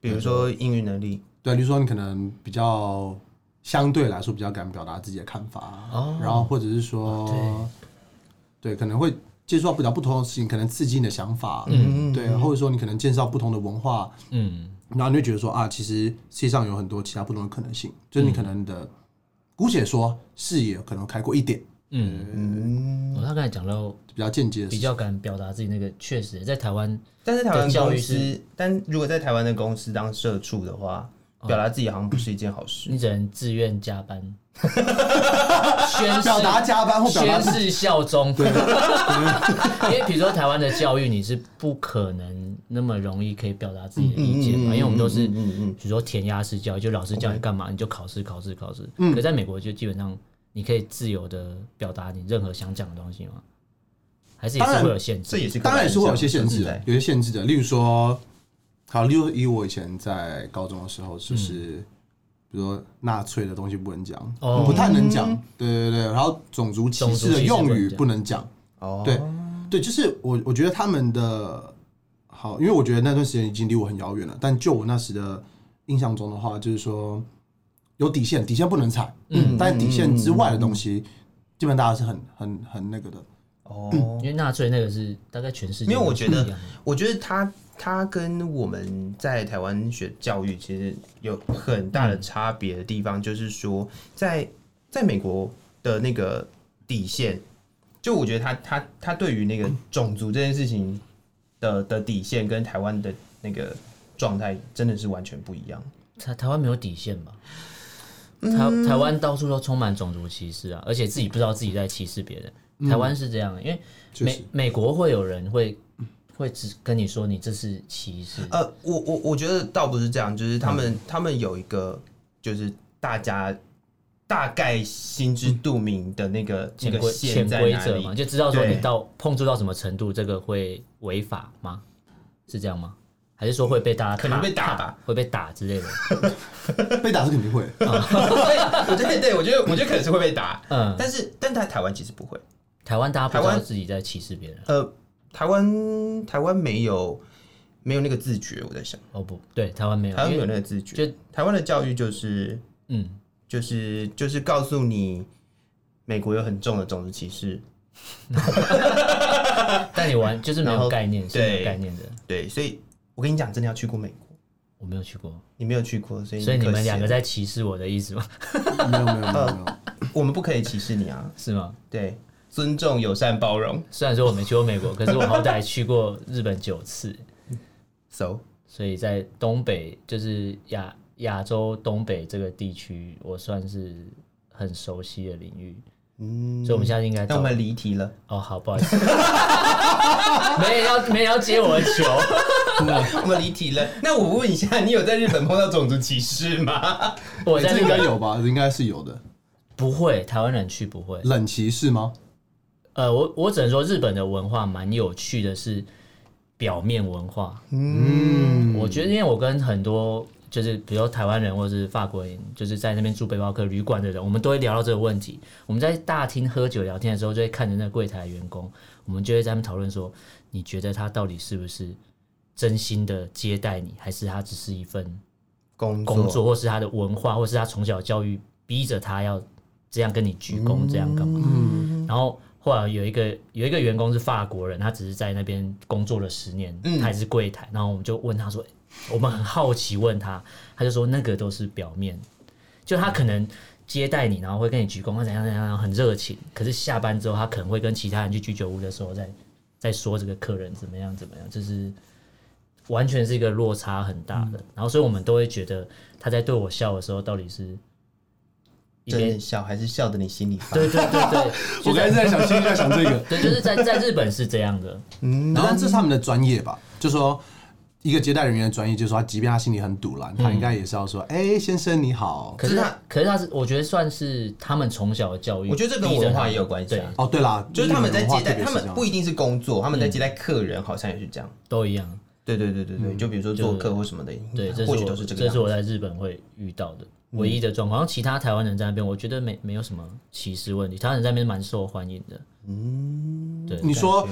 [SPEAKER 3] 比如说英语能力，
[SPEAKER 2] 对，例如说你可能比较相对来说比较敢表达自己的看法，然后或者是说，哦啊对，可能会接触到比较不同的事情，可能刺激你的想法，嗯，对，或者说你可能见识到不同的文化，
[SPEAKER 1] 嗯，
[SPEAKER 2] 然后你会觉得说啊，其实世界上有很多其他不同的可能性，就是你可能的，姑且说视野可能开阔一点，
[SPEAKER 1] 嗯
[SPEAKER 2] 嗯
[SPEAKER 3] 嗯
[SPEAKER 1] 我他刚才讲到
[SPEAKER 2] 比较间接的事
[SPEAKER 1] 比
[SPEAKER 2] 情，
[SPEAKER 1] 较敢表达自己那个，确实在台湾
[SPEAKER 3] 但是台湾
[SPEAKER 1] 的教
[SPEAKER 3] 公
[SPEAKER 1] 育
[SPEAKER 3] 司，但如果在台湾的公司当社畜的话，
[SPEAKER 1] 哦
[SPEAKER 3] 表达自己好像不是一件好事。
[SPEAKER 1] 你只能自愿加 班，宣誓
[SPEAKER 2] 表达加班或表达
[SPEAKER 1] 宣
[SPEAKER 2] 自
[SPEAKER 1] 誓效忠。 因为比如说台湾的教育，你是不可能那么容易可以表达自己的意
[SPEAKER 3] 嗯
[SPEAKER 1] 见嗯
[SPEAKER 2] 嗯
[SPEAKER 1] 嘛，因为我们都是，比如说填鸭式教育，就老师叫你干嘛你就考试考试考试。
[SPEAKER 3] 嗯
[SPEAKER 1] 可在美国就基本上你可以自由的表达你任何想讲的东西吗？还是也
[SPEAKER 2] 当
[SPEAKER 1] 是
[SPEAKER 2] 然
[SPEAKER 1] 会有限制？
[SPEAKER 3] 这也是
[SPEAKER 2] 当然也是会有些限制
[SPEAKER 3] 的
[SPEAKER 2] 的，。有些限制的，例如说，好，例如以我以前在高中的时候，就是、比如说纳粹的东西不能讲，
[SPEAKER 1] 哦
[SPEAKER 2] 不太能讲，对对对，然后种族歧视的用语不能讲，
[SPEAKER 3] 哦，
[SPEAKER 2] 对对，就是我我觉得他们的好，因为我觉得那段时间已经离我很遥远了，但就我那时的印象中的话，就是说有底线，底线不能踩，嗯，但底线之外的东西，基本上大家是很很很那个的，
[SPEAKER 3] 哦
[SPEAKER 1] 因，为纳粹那个是大概全世界
[SPEAKER 3] 因为我觉得
[SPEAKER 1] 都一样的
[SPEAKER 3] 我觉得他他跟我们在台湾学教育其实有很大的差别的地方，就是说在在美国的那个底线，就我觉得他他他对于那个种族这件事情的的底线跟台湾的那个状态真的是完全不一样。
[SPEAKER 1] 台台湾没有底线吧？
[SPEAKER 3] 嗯
[SPEAKER 1] 台台湾到处都充满种族歧视啊，而且自
[SPEAKER 3] 嗯
[SPEAKER 1] 己不知道自己在歧视别人。台湾是这样的，因为
[SPEAKER 2] 确实
[SPEAKER 1] 美美国会有人会会只跟你说你这是歧视。
[SPEAKER 3] 呃，我我我觉得倒不是这样，就是他
[SPEAKER 1] 嗯
[SPEAKER 3] 们、他们有一个就是大家大概心知肚明的那个、那
[SPEAKER 1] 嗯潜
[SPEAKER 3] 个
[SPEAKER 1] 规
[SPEAKER 3] 线
[SPEAKER 1] 潜
[SPEAKER 3] 在
[SPEAKER 1] 规
[SPEAKER 3] 哪
[SPEAKER 1] 则
[SPEAKER 3] 里
[SPEAKER 1] 嘛，就知道说
[SPEAKER 3] 对
[SPEAKER 1] 你到碰触到什么程度，这个会违法吗？是这样吗？还是说会被大家
[SPEAKER 3] 可能
[SPEAKER 1] 踏
[SPEAKER 3] 被打
[SPEAKER 1] 踏
[SPEAKER 3] 吧
[SPEAKER 1] 会被打之类的？
[SPEAKER 2] 被打是肯定会，
[SPEAKER 3] 我觉 得对，我觉得我觉得可能是会被打，
[SPEAKER 1] 嗯，
[SPEAKER 3] 但是但在台湾其实不会。
[SPEAKER 1] 台湾大家不
[SPEAKER 3] 台
[SPEAKER 1] 知道
[SPEAKER 3] 湾
[SPEAKER 1] 自己在歧视别人，
[SPEAKER 3] 呃，台湾台湾没有没有那个自觉，我在想，
[SPEAKER 1] 哦不对，台湾没有，
[SPEAKER 3] 台湾没
[SPEAKER 1] 因
[SPEAKER 3] 有
[SPEAKER 1] 为
[SPEAKER 3] 那个自觉。
[SPEAKER 1] 就
[SPEAKER 3] 就台湾的教育就是
[SPEAKER 1] 嗯，
[SPEAKER 3] 就是就是告诉你，美国有很重的种族歧视，
[SPEAKER 1] 但你玩就是没
[SPEAKER 3] 然
[SPEAKER 1] 有
[SPEAKER 3] 后
[SPEAKER 1] 概念，是没有
[SPEAKER 3] 对
[SPEAKER 1] 概念的。
[SPEAKER 3] 对，所以我跟你讲，真的要去过美国，
[SPEAKER 1] 我没有去过，
[SPEAKER 3] 你没有去过，所以
[SPEAKER 1] 所以你
[SPEAKER 3] 可
[SPEAKER 1] 们
[SPEAKER 3] 惜啊
[SPEAKER 1] 两个
[SPEAKER 3] 了
[SPEAKER 1] 在歧视我的意思吗？
[SPEAKER 2] 没有没有没有没有，
[SPEAKER 3] 我们不可以歧视你啊，
[SPEAKER 1] 是吗？
[SPEAKER 3] 对，尊重、友善、包容
[SPEAKER 1] 虽然说我没去过美国，可是我好歹去过日本九次，
[SPEAKER 3] ，so
[SPEAKER 1] 所以在东北就是亚亚洲东北这个地区，我算是很熟悉的领域。嗯，所以我们现在应该
[SPEAKER 3] 那
[SPEAKER 1] 找
[SPEAKER 3] 我们离题了，
[SPEAKER 1] 哦，好，不好意思，没人要没人要接我的球。
[SPEAKER 3] 我们离题了。那我问一下，你有在日本碰到种族歧视 吗？
[SPEAKER 1] 我在
[SPEAKER 2] 这
[SPEAKER 1] 那
[SPEAKER 2] 应该
[SPEAKER 1] 个
[SPEAKER 2] 有吧？应该是有的。
[SPEAKER 1] 不会，台湾人去不会。
[SPEAKER 2] 冷歧视吗？
[SPEAKER 1] 呃，我我只能说日本的文化蛮有趣的，是表面文化。
[SPEAKER 2] 嗯，
[SPEAKER 1] 我觉得，因为我跟很多就是比如说台湾人或是法国人，就是在那边住背包客旅馆的人，我们都会聊到这个问题。我们在大厅喝酒聊天的时候，就会看着那柜台员工，我们就会在那边讨论说，你觉得他到底是不是真心的接待你，还是他只是一份
[SPEAKER 3] 工
[SPEAKER 1] 工作，或是他的文化，或是他从小教育逼着他要这样跟你
[SPEAKER 3] 嗯
[SPEAKER 1] 鞠躬，这样干嘛？然后后来有一个有一个员工是法国人，他只是在那边工作了十年，
[SPEAKER 3] 嗯
[SPEAKER 1] 他还是柜台。然后我们就问他说，我们很好奇问他，他就说那个都是表面，就他可能。接待你，然后会跟你鞠躬，他怎样怎样，怎样很热情。可是下班之后，他可能会跟其他人去居酒屋的时候再，再说这个客人怎么样怎么样，就是完全是一个落差很大
[SPEAKER 3] 嗯
[SPEAKER 1] 的。然后，所以我们都会觉得他在对我笑的时候，到底是一
[SPEAKER 3] 真
[SPEAKER 1] 边
[SPEAKER 3] 的笑还是笑的你心里发
[SPEAKER 1] 对对对 对，
[SPEAKER 2] 我
[SPEAKER 1] 就
[SPEAKER 2] 刚才
[SPEAKER 1] 在
[SPEAKER 2] 在想，心里在想这个，
[SPEAKER 1] 对，就是在在日本是这样的，
[SPEAKER 3] 嗯
[SPEAKER 2] 但这是他们的专业吧？就说一个接待人员的专业，就是说，他即便他心里很堵然，
[SPEAKER 3] 嗯
[SPEAKER 2] 他应该也是要说：“哎，先生你好。
[SPEAKER 1] 可是他，可是他是，我觉得算是他们从小的教育，
[SPEAKER 3] 我觉得这跟文化也有关系啊
[SPEAKER 1] 对，”
[SPEAKER 2] 哦，对啦，
[SPEAKER 3] 就是他们在接
[SPEAKER 2] 日本文化特
[SPEAKER 3] 待，
[SPEAKER 2] 别
[SPEAKER 3] 他
[SPEAKER 2] 是这
[SPEAKER 3] 们
[SPEAKER 2] 样
[SPEAKER 3] 不一定是工作，他们在接待客人好像也是这样。
[SPEAKER 1] 都一样。
[SPEAKER 3] 对对对对对，就比如说做客或什么的，
[SPEAKER 1] 嗯对，这是
[SPEAKER 3] 或许
[SPEAKER 1] 我
[SPEAKER 3] 都是这个
[SPEAKER 1] 这
[SPEAKER 3] 样
[SPEAKER 1] 是
[SPEAKER 3] 子。嗯
[SPEAKER 1] 我在日本会遇到的唯一的状况。然后其他台湾人在那边，我觉得没没有什么歧视问题，台湾人在那边蛮受欢迎的。嗯，对，
[SPEAKER 2] 你说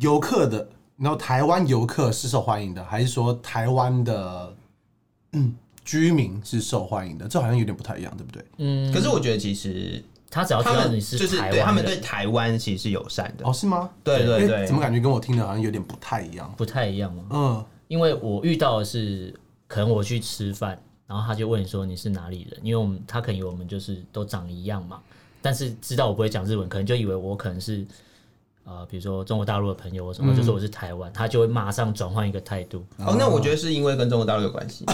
[SPEAKER 2] 游客的，然后台湾游客是受欢迎的，还是说台湾的嗯居民是受欢迎的？这好像有点不太一样，对不对？
[SPEAKER 1] 嗯，
[SPEAKER 3] 可是我觉得其实
[SPEAKER 1] 他只要知
[SPEAKER 3] 他
[SPEAKER 1] 道
[SPEAKER 3] 们
[SPEAKER 1] 你
[SPEAKER 3] 就是
[SPEAKER 1] 台湾
[SPEAKER 3] 对
[SPEAKER 1] 人，
[SPEAKER 3] 他们对台湾其实是友善的
[SPEAKER 2] 哦，。是吗？
[SPEAKER 3] 对对
[SPEAKER 2] 诶
[SPEAKER 3] 对，
[SPEAKER 2] 怎么感觉跟我听的好像有点不太一样？
[SPEAKER 1] 不太一样吗？
[SPEAKER 2] 嗯，
[SPEAKER 1] 因为我遇到的是，可能我去吃饭，然后他就问你说你是哪里人，因为我们他可能以为我们就是都长一样嘛，但是知道我不会讲日文，可能就以为我可能是呃，比如说中国大陆的朋友或什
[SPEAKER 3] 嗯
[SPEAKER 1] 么，就说我是台湾，他就会马上转换一个态度。
[SPEAKER 3] 哦，那我觉得是因为跟中国大陆有关系。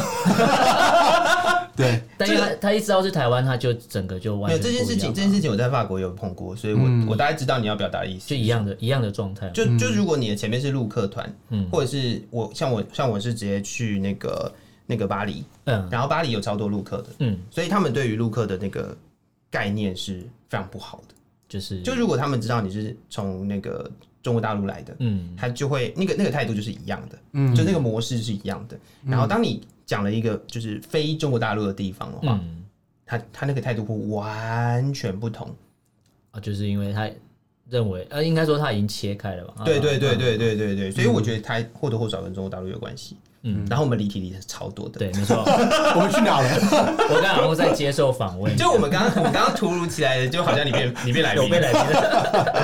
[SPEAKER 2] 对，
[SPEAKER 1] 但因为他他一知道是台湾，他就整个就完
[SPEAKER 3] 没有
[SPEAKER 1] 全
[SPEAKER 3] 这件
[SPEAKER 1] 不一
[SPEAKER 3] 事情，
[SPEAKER 1] 样啊
[SPEAKER 3] 这
[SPEAKER 1] 了
[SPEAKER 3] 件事情我在法国有碰过，所以我我大概知道你要表达的意思
[SPEAKER 1] 就。一样的一样的状态嘛。
[SPEAKER 3] 就就如果你的前面是陆客团，
[SPEAKER 1] 嗯
[SPEAKER 3] 或者是我像我像我是直接去那个那个巴黎，
[SPEAKER 1] 嗯
[SPEAKER 3] 然后巴黎有超多陆客的，
[SPEAKER 1] 嗯，
[SPEAKER 3] 所以他们对于陆客的那个概念是非常不好的。
[SPEAKER 1] 就是
[SPEAKER 3] 就如果他们知道你是从那个中国大陆来的，
[SPEAKER 1] 嗯
[SPEAKER 3] 他就会那个那个态度就是一样的，
[SPEAKER 2] 嗯
[SPEAKER 3] 就那个模式是一样的。然后当你讲了一个就是非中国大陆的地方的话，
[SPEAKER 1] 嗯
[SPEAKER 3] 他他那个态度会完全不同。
[SPEAKER 1] 啊，就是因为他认为呃，应该说他已经切开了吧？
[SPEAKER 3] 对对
[SPEAKER 1] 啊
[SPEAKER 3] 对对对对对，所以我觉得他或多或少跟中国大陆有关系。嗯，然后我们离题离得超多的。
[SPEAKER 1] 对，没错。
[SPEAKER 2] 我们去哪了？
[SPEAKER 1] 我刚刚好像在接受访问，
[SPEAKER 3] 就我们刚刚，我们刚刚突如其来的，就好像你 变你变来
[SPEAKER 1] 有
[SPEAKER 3] 宾
[SPEAKER 1] 被
[SPEAKER 3] 了，
[SPEAKER 1] 来宾的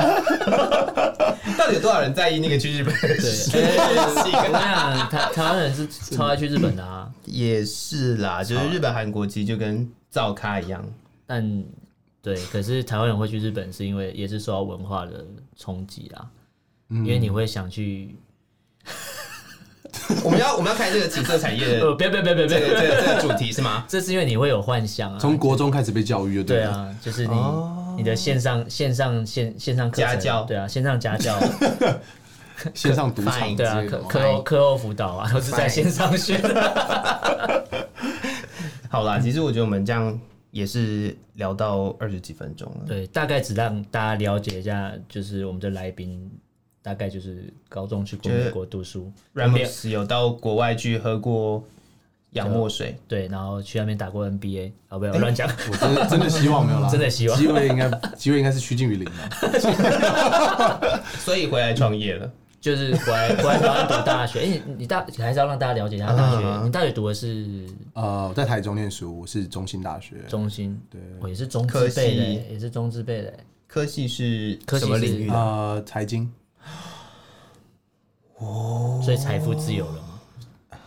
[SPEAKER 3] 到底有多少人在意那个去日本的事情？
[SPEAKER 1] 对，我 跟你讲，台台湾人是超爱去日本的啊，
[SPEAKER 3] 也是啦，就是日本、韩国其实就跟造咖一样，
[SPEAKER 1] 但对，可是台湾人会去日本是因为也是受到文化的冲击啦，因为你会想去，
[SPEAKER 3] 我们要我们要开这个情色产 业
[SPEAKER 1] 呃，
[SPEAKER 3] 的
[SPEAKER 1] 别别别别
[SPEAKER 3] 这个这
[SPEAKER 1] 别，
[SPEAKER 3] 个这个主题是吗？
[SPEAKER 1] 这是因为你会有幻想啊，
[SPEAKER 2] 从国中开始被教育就
[SPEAKER 1] 对
[SPEAKER 2] 了。
[SPEAKER 1] 啊，就是你你的线上线上线线上课程
[SPEAKER 3] 家教
[SPEAKER 1] 对啊，线上家教，
[SPEAKER 2] 线上赌场之
[SPEAKER 1] 对 啊
[SPEAKER 2] 类，
[SPEAKER 1] 课
[SPEAKER 2] 的哎吗？
[SPEAKER 1] 课后课后辅导啊，都是在线上学 的。
[SPEAKER 3] 好啦，其实我觉得我们这样也是聊到二十几分钟了。
[SPEAKER 1] 对，大概只让大家了解一下，就是我们的来宾大概就是高中去过
[SPEAKER 3] 就是
[SPEAKER 1] 美国读书，
[SPEAKER 3] r a m o s 有到国外去喝过洋墨水，
[SPEAKER 1] 对，然后去那边打过 NBA，啊，不要乱讲，
[SPEAKER 2] 我真的真的希望没有啦，
[SPEAKER 1] 真的希望
[SPEAKER 2] 机会应该 机会应该是趋近于零啊了。
[SPEAKER 3] 所以回来创业了。
[SPEAKER 1] 就是回来回来台湾读大学。哎、你你大还是要让大家了解一下大
[SPEAKER 3] 啊
[SPEAKER 1] 学，你大学读的是
[SPEAKER 2] 呃，我在台中念书，我是中兴大学，
[SPEAKER 1] 中心，
[SPEAKER 2] 对
[SPEAKER 1] 哦，也是中
[SPEAKER 3] 科
[SPEAKER 1] 字辈的
[SPEAKER 3] 系
[SPEAKER 1] 欸，也是中字辈的欸。
[SPEAKER 3] 科系是啊
[SPEAKER 1] 科系
[SPEAKER 3] 什
[SPEAKER 1] 是
[SPEAKER 3] 么领域的？
[SPEAKER 2] 呃，财经
[SPEAKER 3] 哦
[SPEAKER 1] 所以财富自由了吗？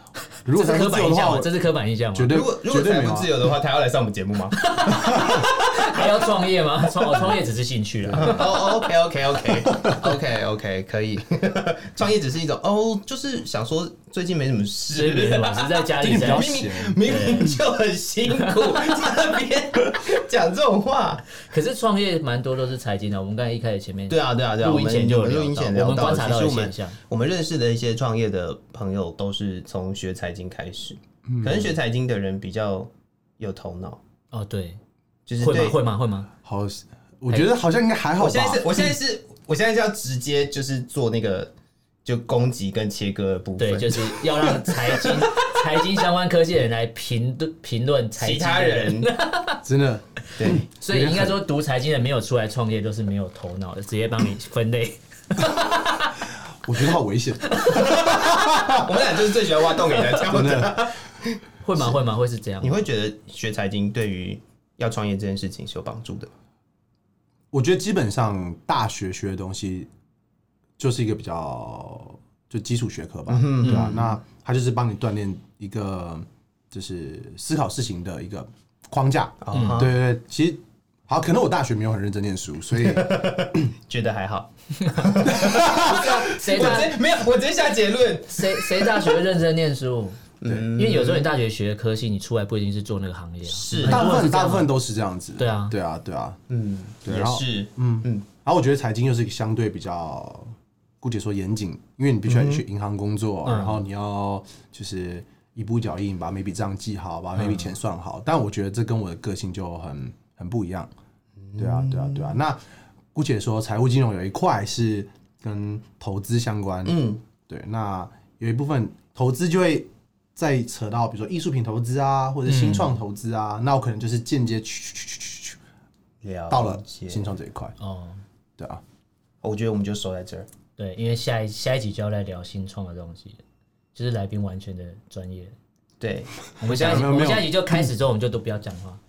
[SPEAKER 2] 如果
[SPEAKER 1] 这
[SPEAKER 2] 财
[SPEAKER 1] 是
[SPEAKER 2] 富
[SPEAKER 1] 刻
[SPEAKER 2] 自
[SPEAKER 1] 板
[SPEAKER 2] 由
[SPEAKER 1] 印
[SPEAKER 2] 的
[SPEAKER 1] 象
[SPEAKER 2] 话，
[SPEAKER 1] 吗？
[SPEAKER 2] 我
[SPEAKER 1] 这是刻板印象吗？
[SPEAKER 2] 绝对
[SPEAKER 3] 如果如果
[SPEAKER 2] 绝对
[SPEAKER 3] 财
[SPEAKER 2] 没有
[SPEAKER 3] 富
[SPEAKER 2] 啊
[SPEAKER 3] 自由的话，他要来上我们节目吗？
[SPEAKER 1] 还要创业吗？ 创我创业只是兴趣啦。
[SPEAKER 3] 哦、o k OK OK OK OK，可 以。创业只是一种哦，就是想说最近没什么
[SPEAKER 1] 所以没什
[SPEAKER 3] 事，
[SPEAKER 1] 么，只是在家
[SPEAKER 2] 最
[SPEAKER 1] 里
[SPEAKER 2] 近比
[SPEAKER 1] 在
[SPEAKER 2] 较
[SPEAKER 1] 家。
[SPEAKER 2] 闲，
[SPEAKER 3] 明明就很辛 苦，在那边讲这种话。
[SPEAKER 1] 可是创业蛮多都是财经的，我们刚才一开始前面
[SPEAKER 3] 对啊对啊对啊，
[SPEAKER 1] 录音前就有
[SPEAKER 3] 我们
[SPEAKER 1] 聊
[SPEAKER 3] 录音前
[SPEAKER 1] 到
[SPEAKER 3] 聊
[SPEAKER 1] 我们观察
[SPEAKER 3] 其
[SPEAKER 1] 到
[SPEAKER 3] 实
[SPEAKER 1] 的
[SPEAKER 3] 我们
[SPEAKER 1] 现象
[SPEAKER 3] 我们认识的一些创业的朋友都是从学财经开始，可能学财经的人比较有头脑，
[SPEAKER 1] 哦，对，
[SPEAKER 3] 就是
[SPEAKER 1] 会
[SPEAKER 3] 对
[SPEAKER 1] 吗？。会吗？会吗？
[SPEAKER 2] 好，我觉得好像应该还好
[SPEAKER 3] 我
[SPEAKER 2] 吧
[SPEAKER 3] 现。在是，我现在是，我现在是要直接就是做那个就攻击跟切割的部分，
[SPEAKER 1] 对，就是要让财 经财经相关科技的人来评论评论财
[SPEAKER 3] 其
[SPEAKER 1] 经
[SPEAKER 3] 他
[SPEAKER 1] 的人
[SPEAKER 3] 人，
[SPEAKER 2] 真的，
[SPEAKER 3] 对，
[SPEAKER 1] 所以应该说读财经的没有出来创业都是没有头脑的，直接帮你分类。
[SPEAKER 2] 我觉得好危险，
[SPEAKER 3] 我们俩就是最喜欢挖洞给人家跳
[SPEAKER 2] 真
[SPEAKER 3] 的。
[SPEAKER 2] 的。
[SPEAKER 1] 会吗？会吗？会是这样
[SPEAKER 3] 你？会觉得学财经对于要创业这件事情是有帮助的？
[SPEAKER 2] 我觉得基本上大学学的东西就是一个比较就基础学科
[SPEAKER 1] 嗯
[SPEAKER 2] 吧，对吧、那它就是帮你锻炼一个就是思考事情的一个框架。嗯
[SPEAKER 3] 啊，
[SPEAKER 2] 对对对，其实好，可能我大学没有很认真念书，所以
[SPEAKER 3] 觉得还好。
[SPEAKER 1] 谁
[SPEAKER 3] 我
[SPEAKER 1] 大
[SPEAKER 3] 直接没有，我直接下结论。
[SPEAKER 1] 谁谁大学认真念书？
[SPEAKER 3] 嗯
[SPEAKER 1] 因为有时候你大学学的科系，你出来不一定是做那个行业啊。
[SPEAKER 3] 是
[SPEAKER 2] 大部
[SPEAKER 1] 很多人是这样啊
[SPEAKER 2] 分大部分都是这样子。
[SPEAKER 1] 对啊
[SPEAKER 2] 对啊，对啊。
[SPEAKER 3] 嗯，
[SPEAKER 2] 对
[SPEAKER 3] 也
[SPEAKER 2] 然后
[SPEAKER 3] 是，
[SPEAKER 2] 然后我觉得财经又是一个相对比较，姑且说严谨，因为你必须要去银行工作，
[SPEAKER 3] 嗯
[SPEAKER 2] 然后你要就是一步一脚印把每笔账记好，把每笔钱算好。但我觉得这跟我的个性就很很不一样。对啊，对啊，对啊。
[SPEAKER 3] 嗯
[SPEAKER 2] 那姑且说财务金融有一块是跟投资相关，
[SPEAKER 3] 嗯，
[SPEAKER 2] 对，那有一部分投资就会再扯到，比如说艺术品投资啊，或者是新
[SPEAKER 3] 嗯
[SPEAKER 2] 创投资啊，那我可能就是间接去去去去去嗯
[SPEAKER 3] 了
[SPEAKER 2] 到了
[SPEAKER 3] 解
[SPEAKER 2] 新创这一块，
[SPEAKER 1] 哦，
[SPEAKER 2] 对啊，
[SPEAKER 3] 哦我觉得我们就收在这儿。
[SPEAKER 1] 对，因为下一下一集就要来聊新创的东西了，就是来宾完全的专业。
[SPEAKER 3] 对，
[SPEAKER 1] 我们下一集
[SPEAKER 2] 没
[SPEAKER 1] 我
[SPEAKER 2] 有没有
[SPEAKER 1] 们下一集就开始之后，我们就都不要讲话。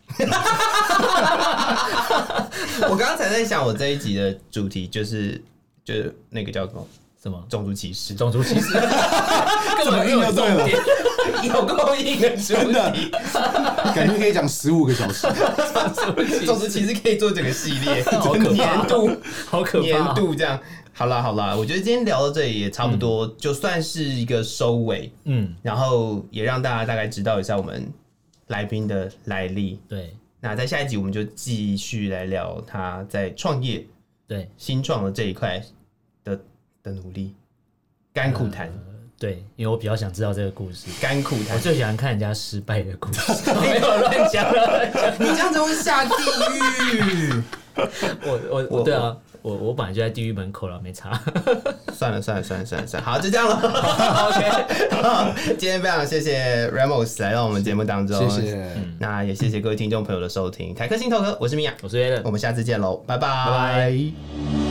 [SPEAKER 3] 我刚刚才在想，我这一集的主题就是就是那个叫什么
[SPEAKER 1] 什么
[SPEAKER 3] 种族歧视，
[SPEAKER 1] 种族 歧视？根本没
[SPEAKER 2] 硬
[SPEAKER 1] 有
[SPEAKER 2] 就对了
[SPEAKER 1] 重点。
[SPEAKER 3] 有够硬的主
[SPEAKER 2] 真的
[SPEAKER 3] 题。
[SPEAKER 2] 感觉可以讲十五个小时。
[SPEAKER 3] 种族歧视可以做整个系列，
[SPEAKER 1] 好可怕
[SPEAKER 3] 年度
[SPEAKER 1] 好可怕！
[SPEAKER 3] 年度这样。好啦好啦，我觉得今天聊到这里也差不多，就算是一个收尾，
[SPEAKER 1] 嗯，
[SPEAKER 3] 然后也让大家大概知道一下我们来宾的来历。
[SPEAKER 1] 对
[SPEAKER 3] 那在下一集我们就继续来聊他在创业
[SPEAKER 1] 对
[SPEAKER 3] 新创的这一块的的努力，甘苦谈，
[SPEAKER 1] 嗯对，因为我比较想知道这个故事，
[SPEAKER 3] 甘苦
[SPEAKER 1] 我
[SPEAKER 3] 谈。
[SPEAKER 1] 最喜欢看人家失败的故事。 没有乱讲乱讲，
[SPEAKER 3] 你这样子会下地狱。
[SPEAKER 1] 我我
[SPEAKER 3] 我
[SPEAKER 1] 对啊，我啊我本来就在地狱门口了，没 差。
[SPEAKER 3] 算了算了算了算了算了，好，就这样了。
[SPEAKER 1] OK，
[SPEAKER 3] 今天非常谢谢 Ramos 来到我们节目当中，嗯
[SPEAKER 2] 谢。谢，
[SPEAKER 3] 那也
[SPEAKER 1] 哎
[SPEAKER 3] 谢谢各位听众朋友的收听，凯克心头壳，我是米娅，
[SPEAKER 1] 我是 a l
[SPEAKER 3] 我们下次见喽，拜拜
[SPEAKER 1] 拜。
[SPEAKER 2] 拜。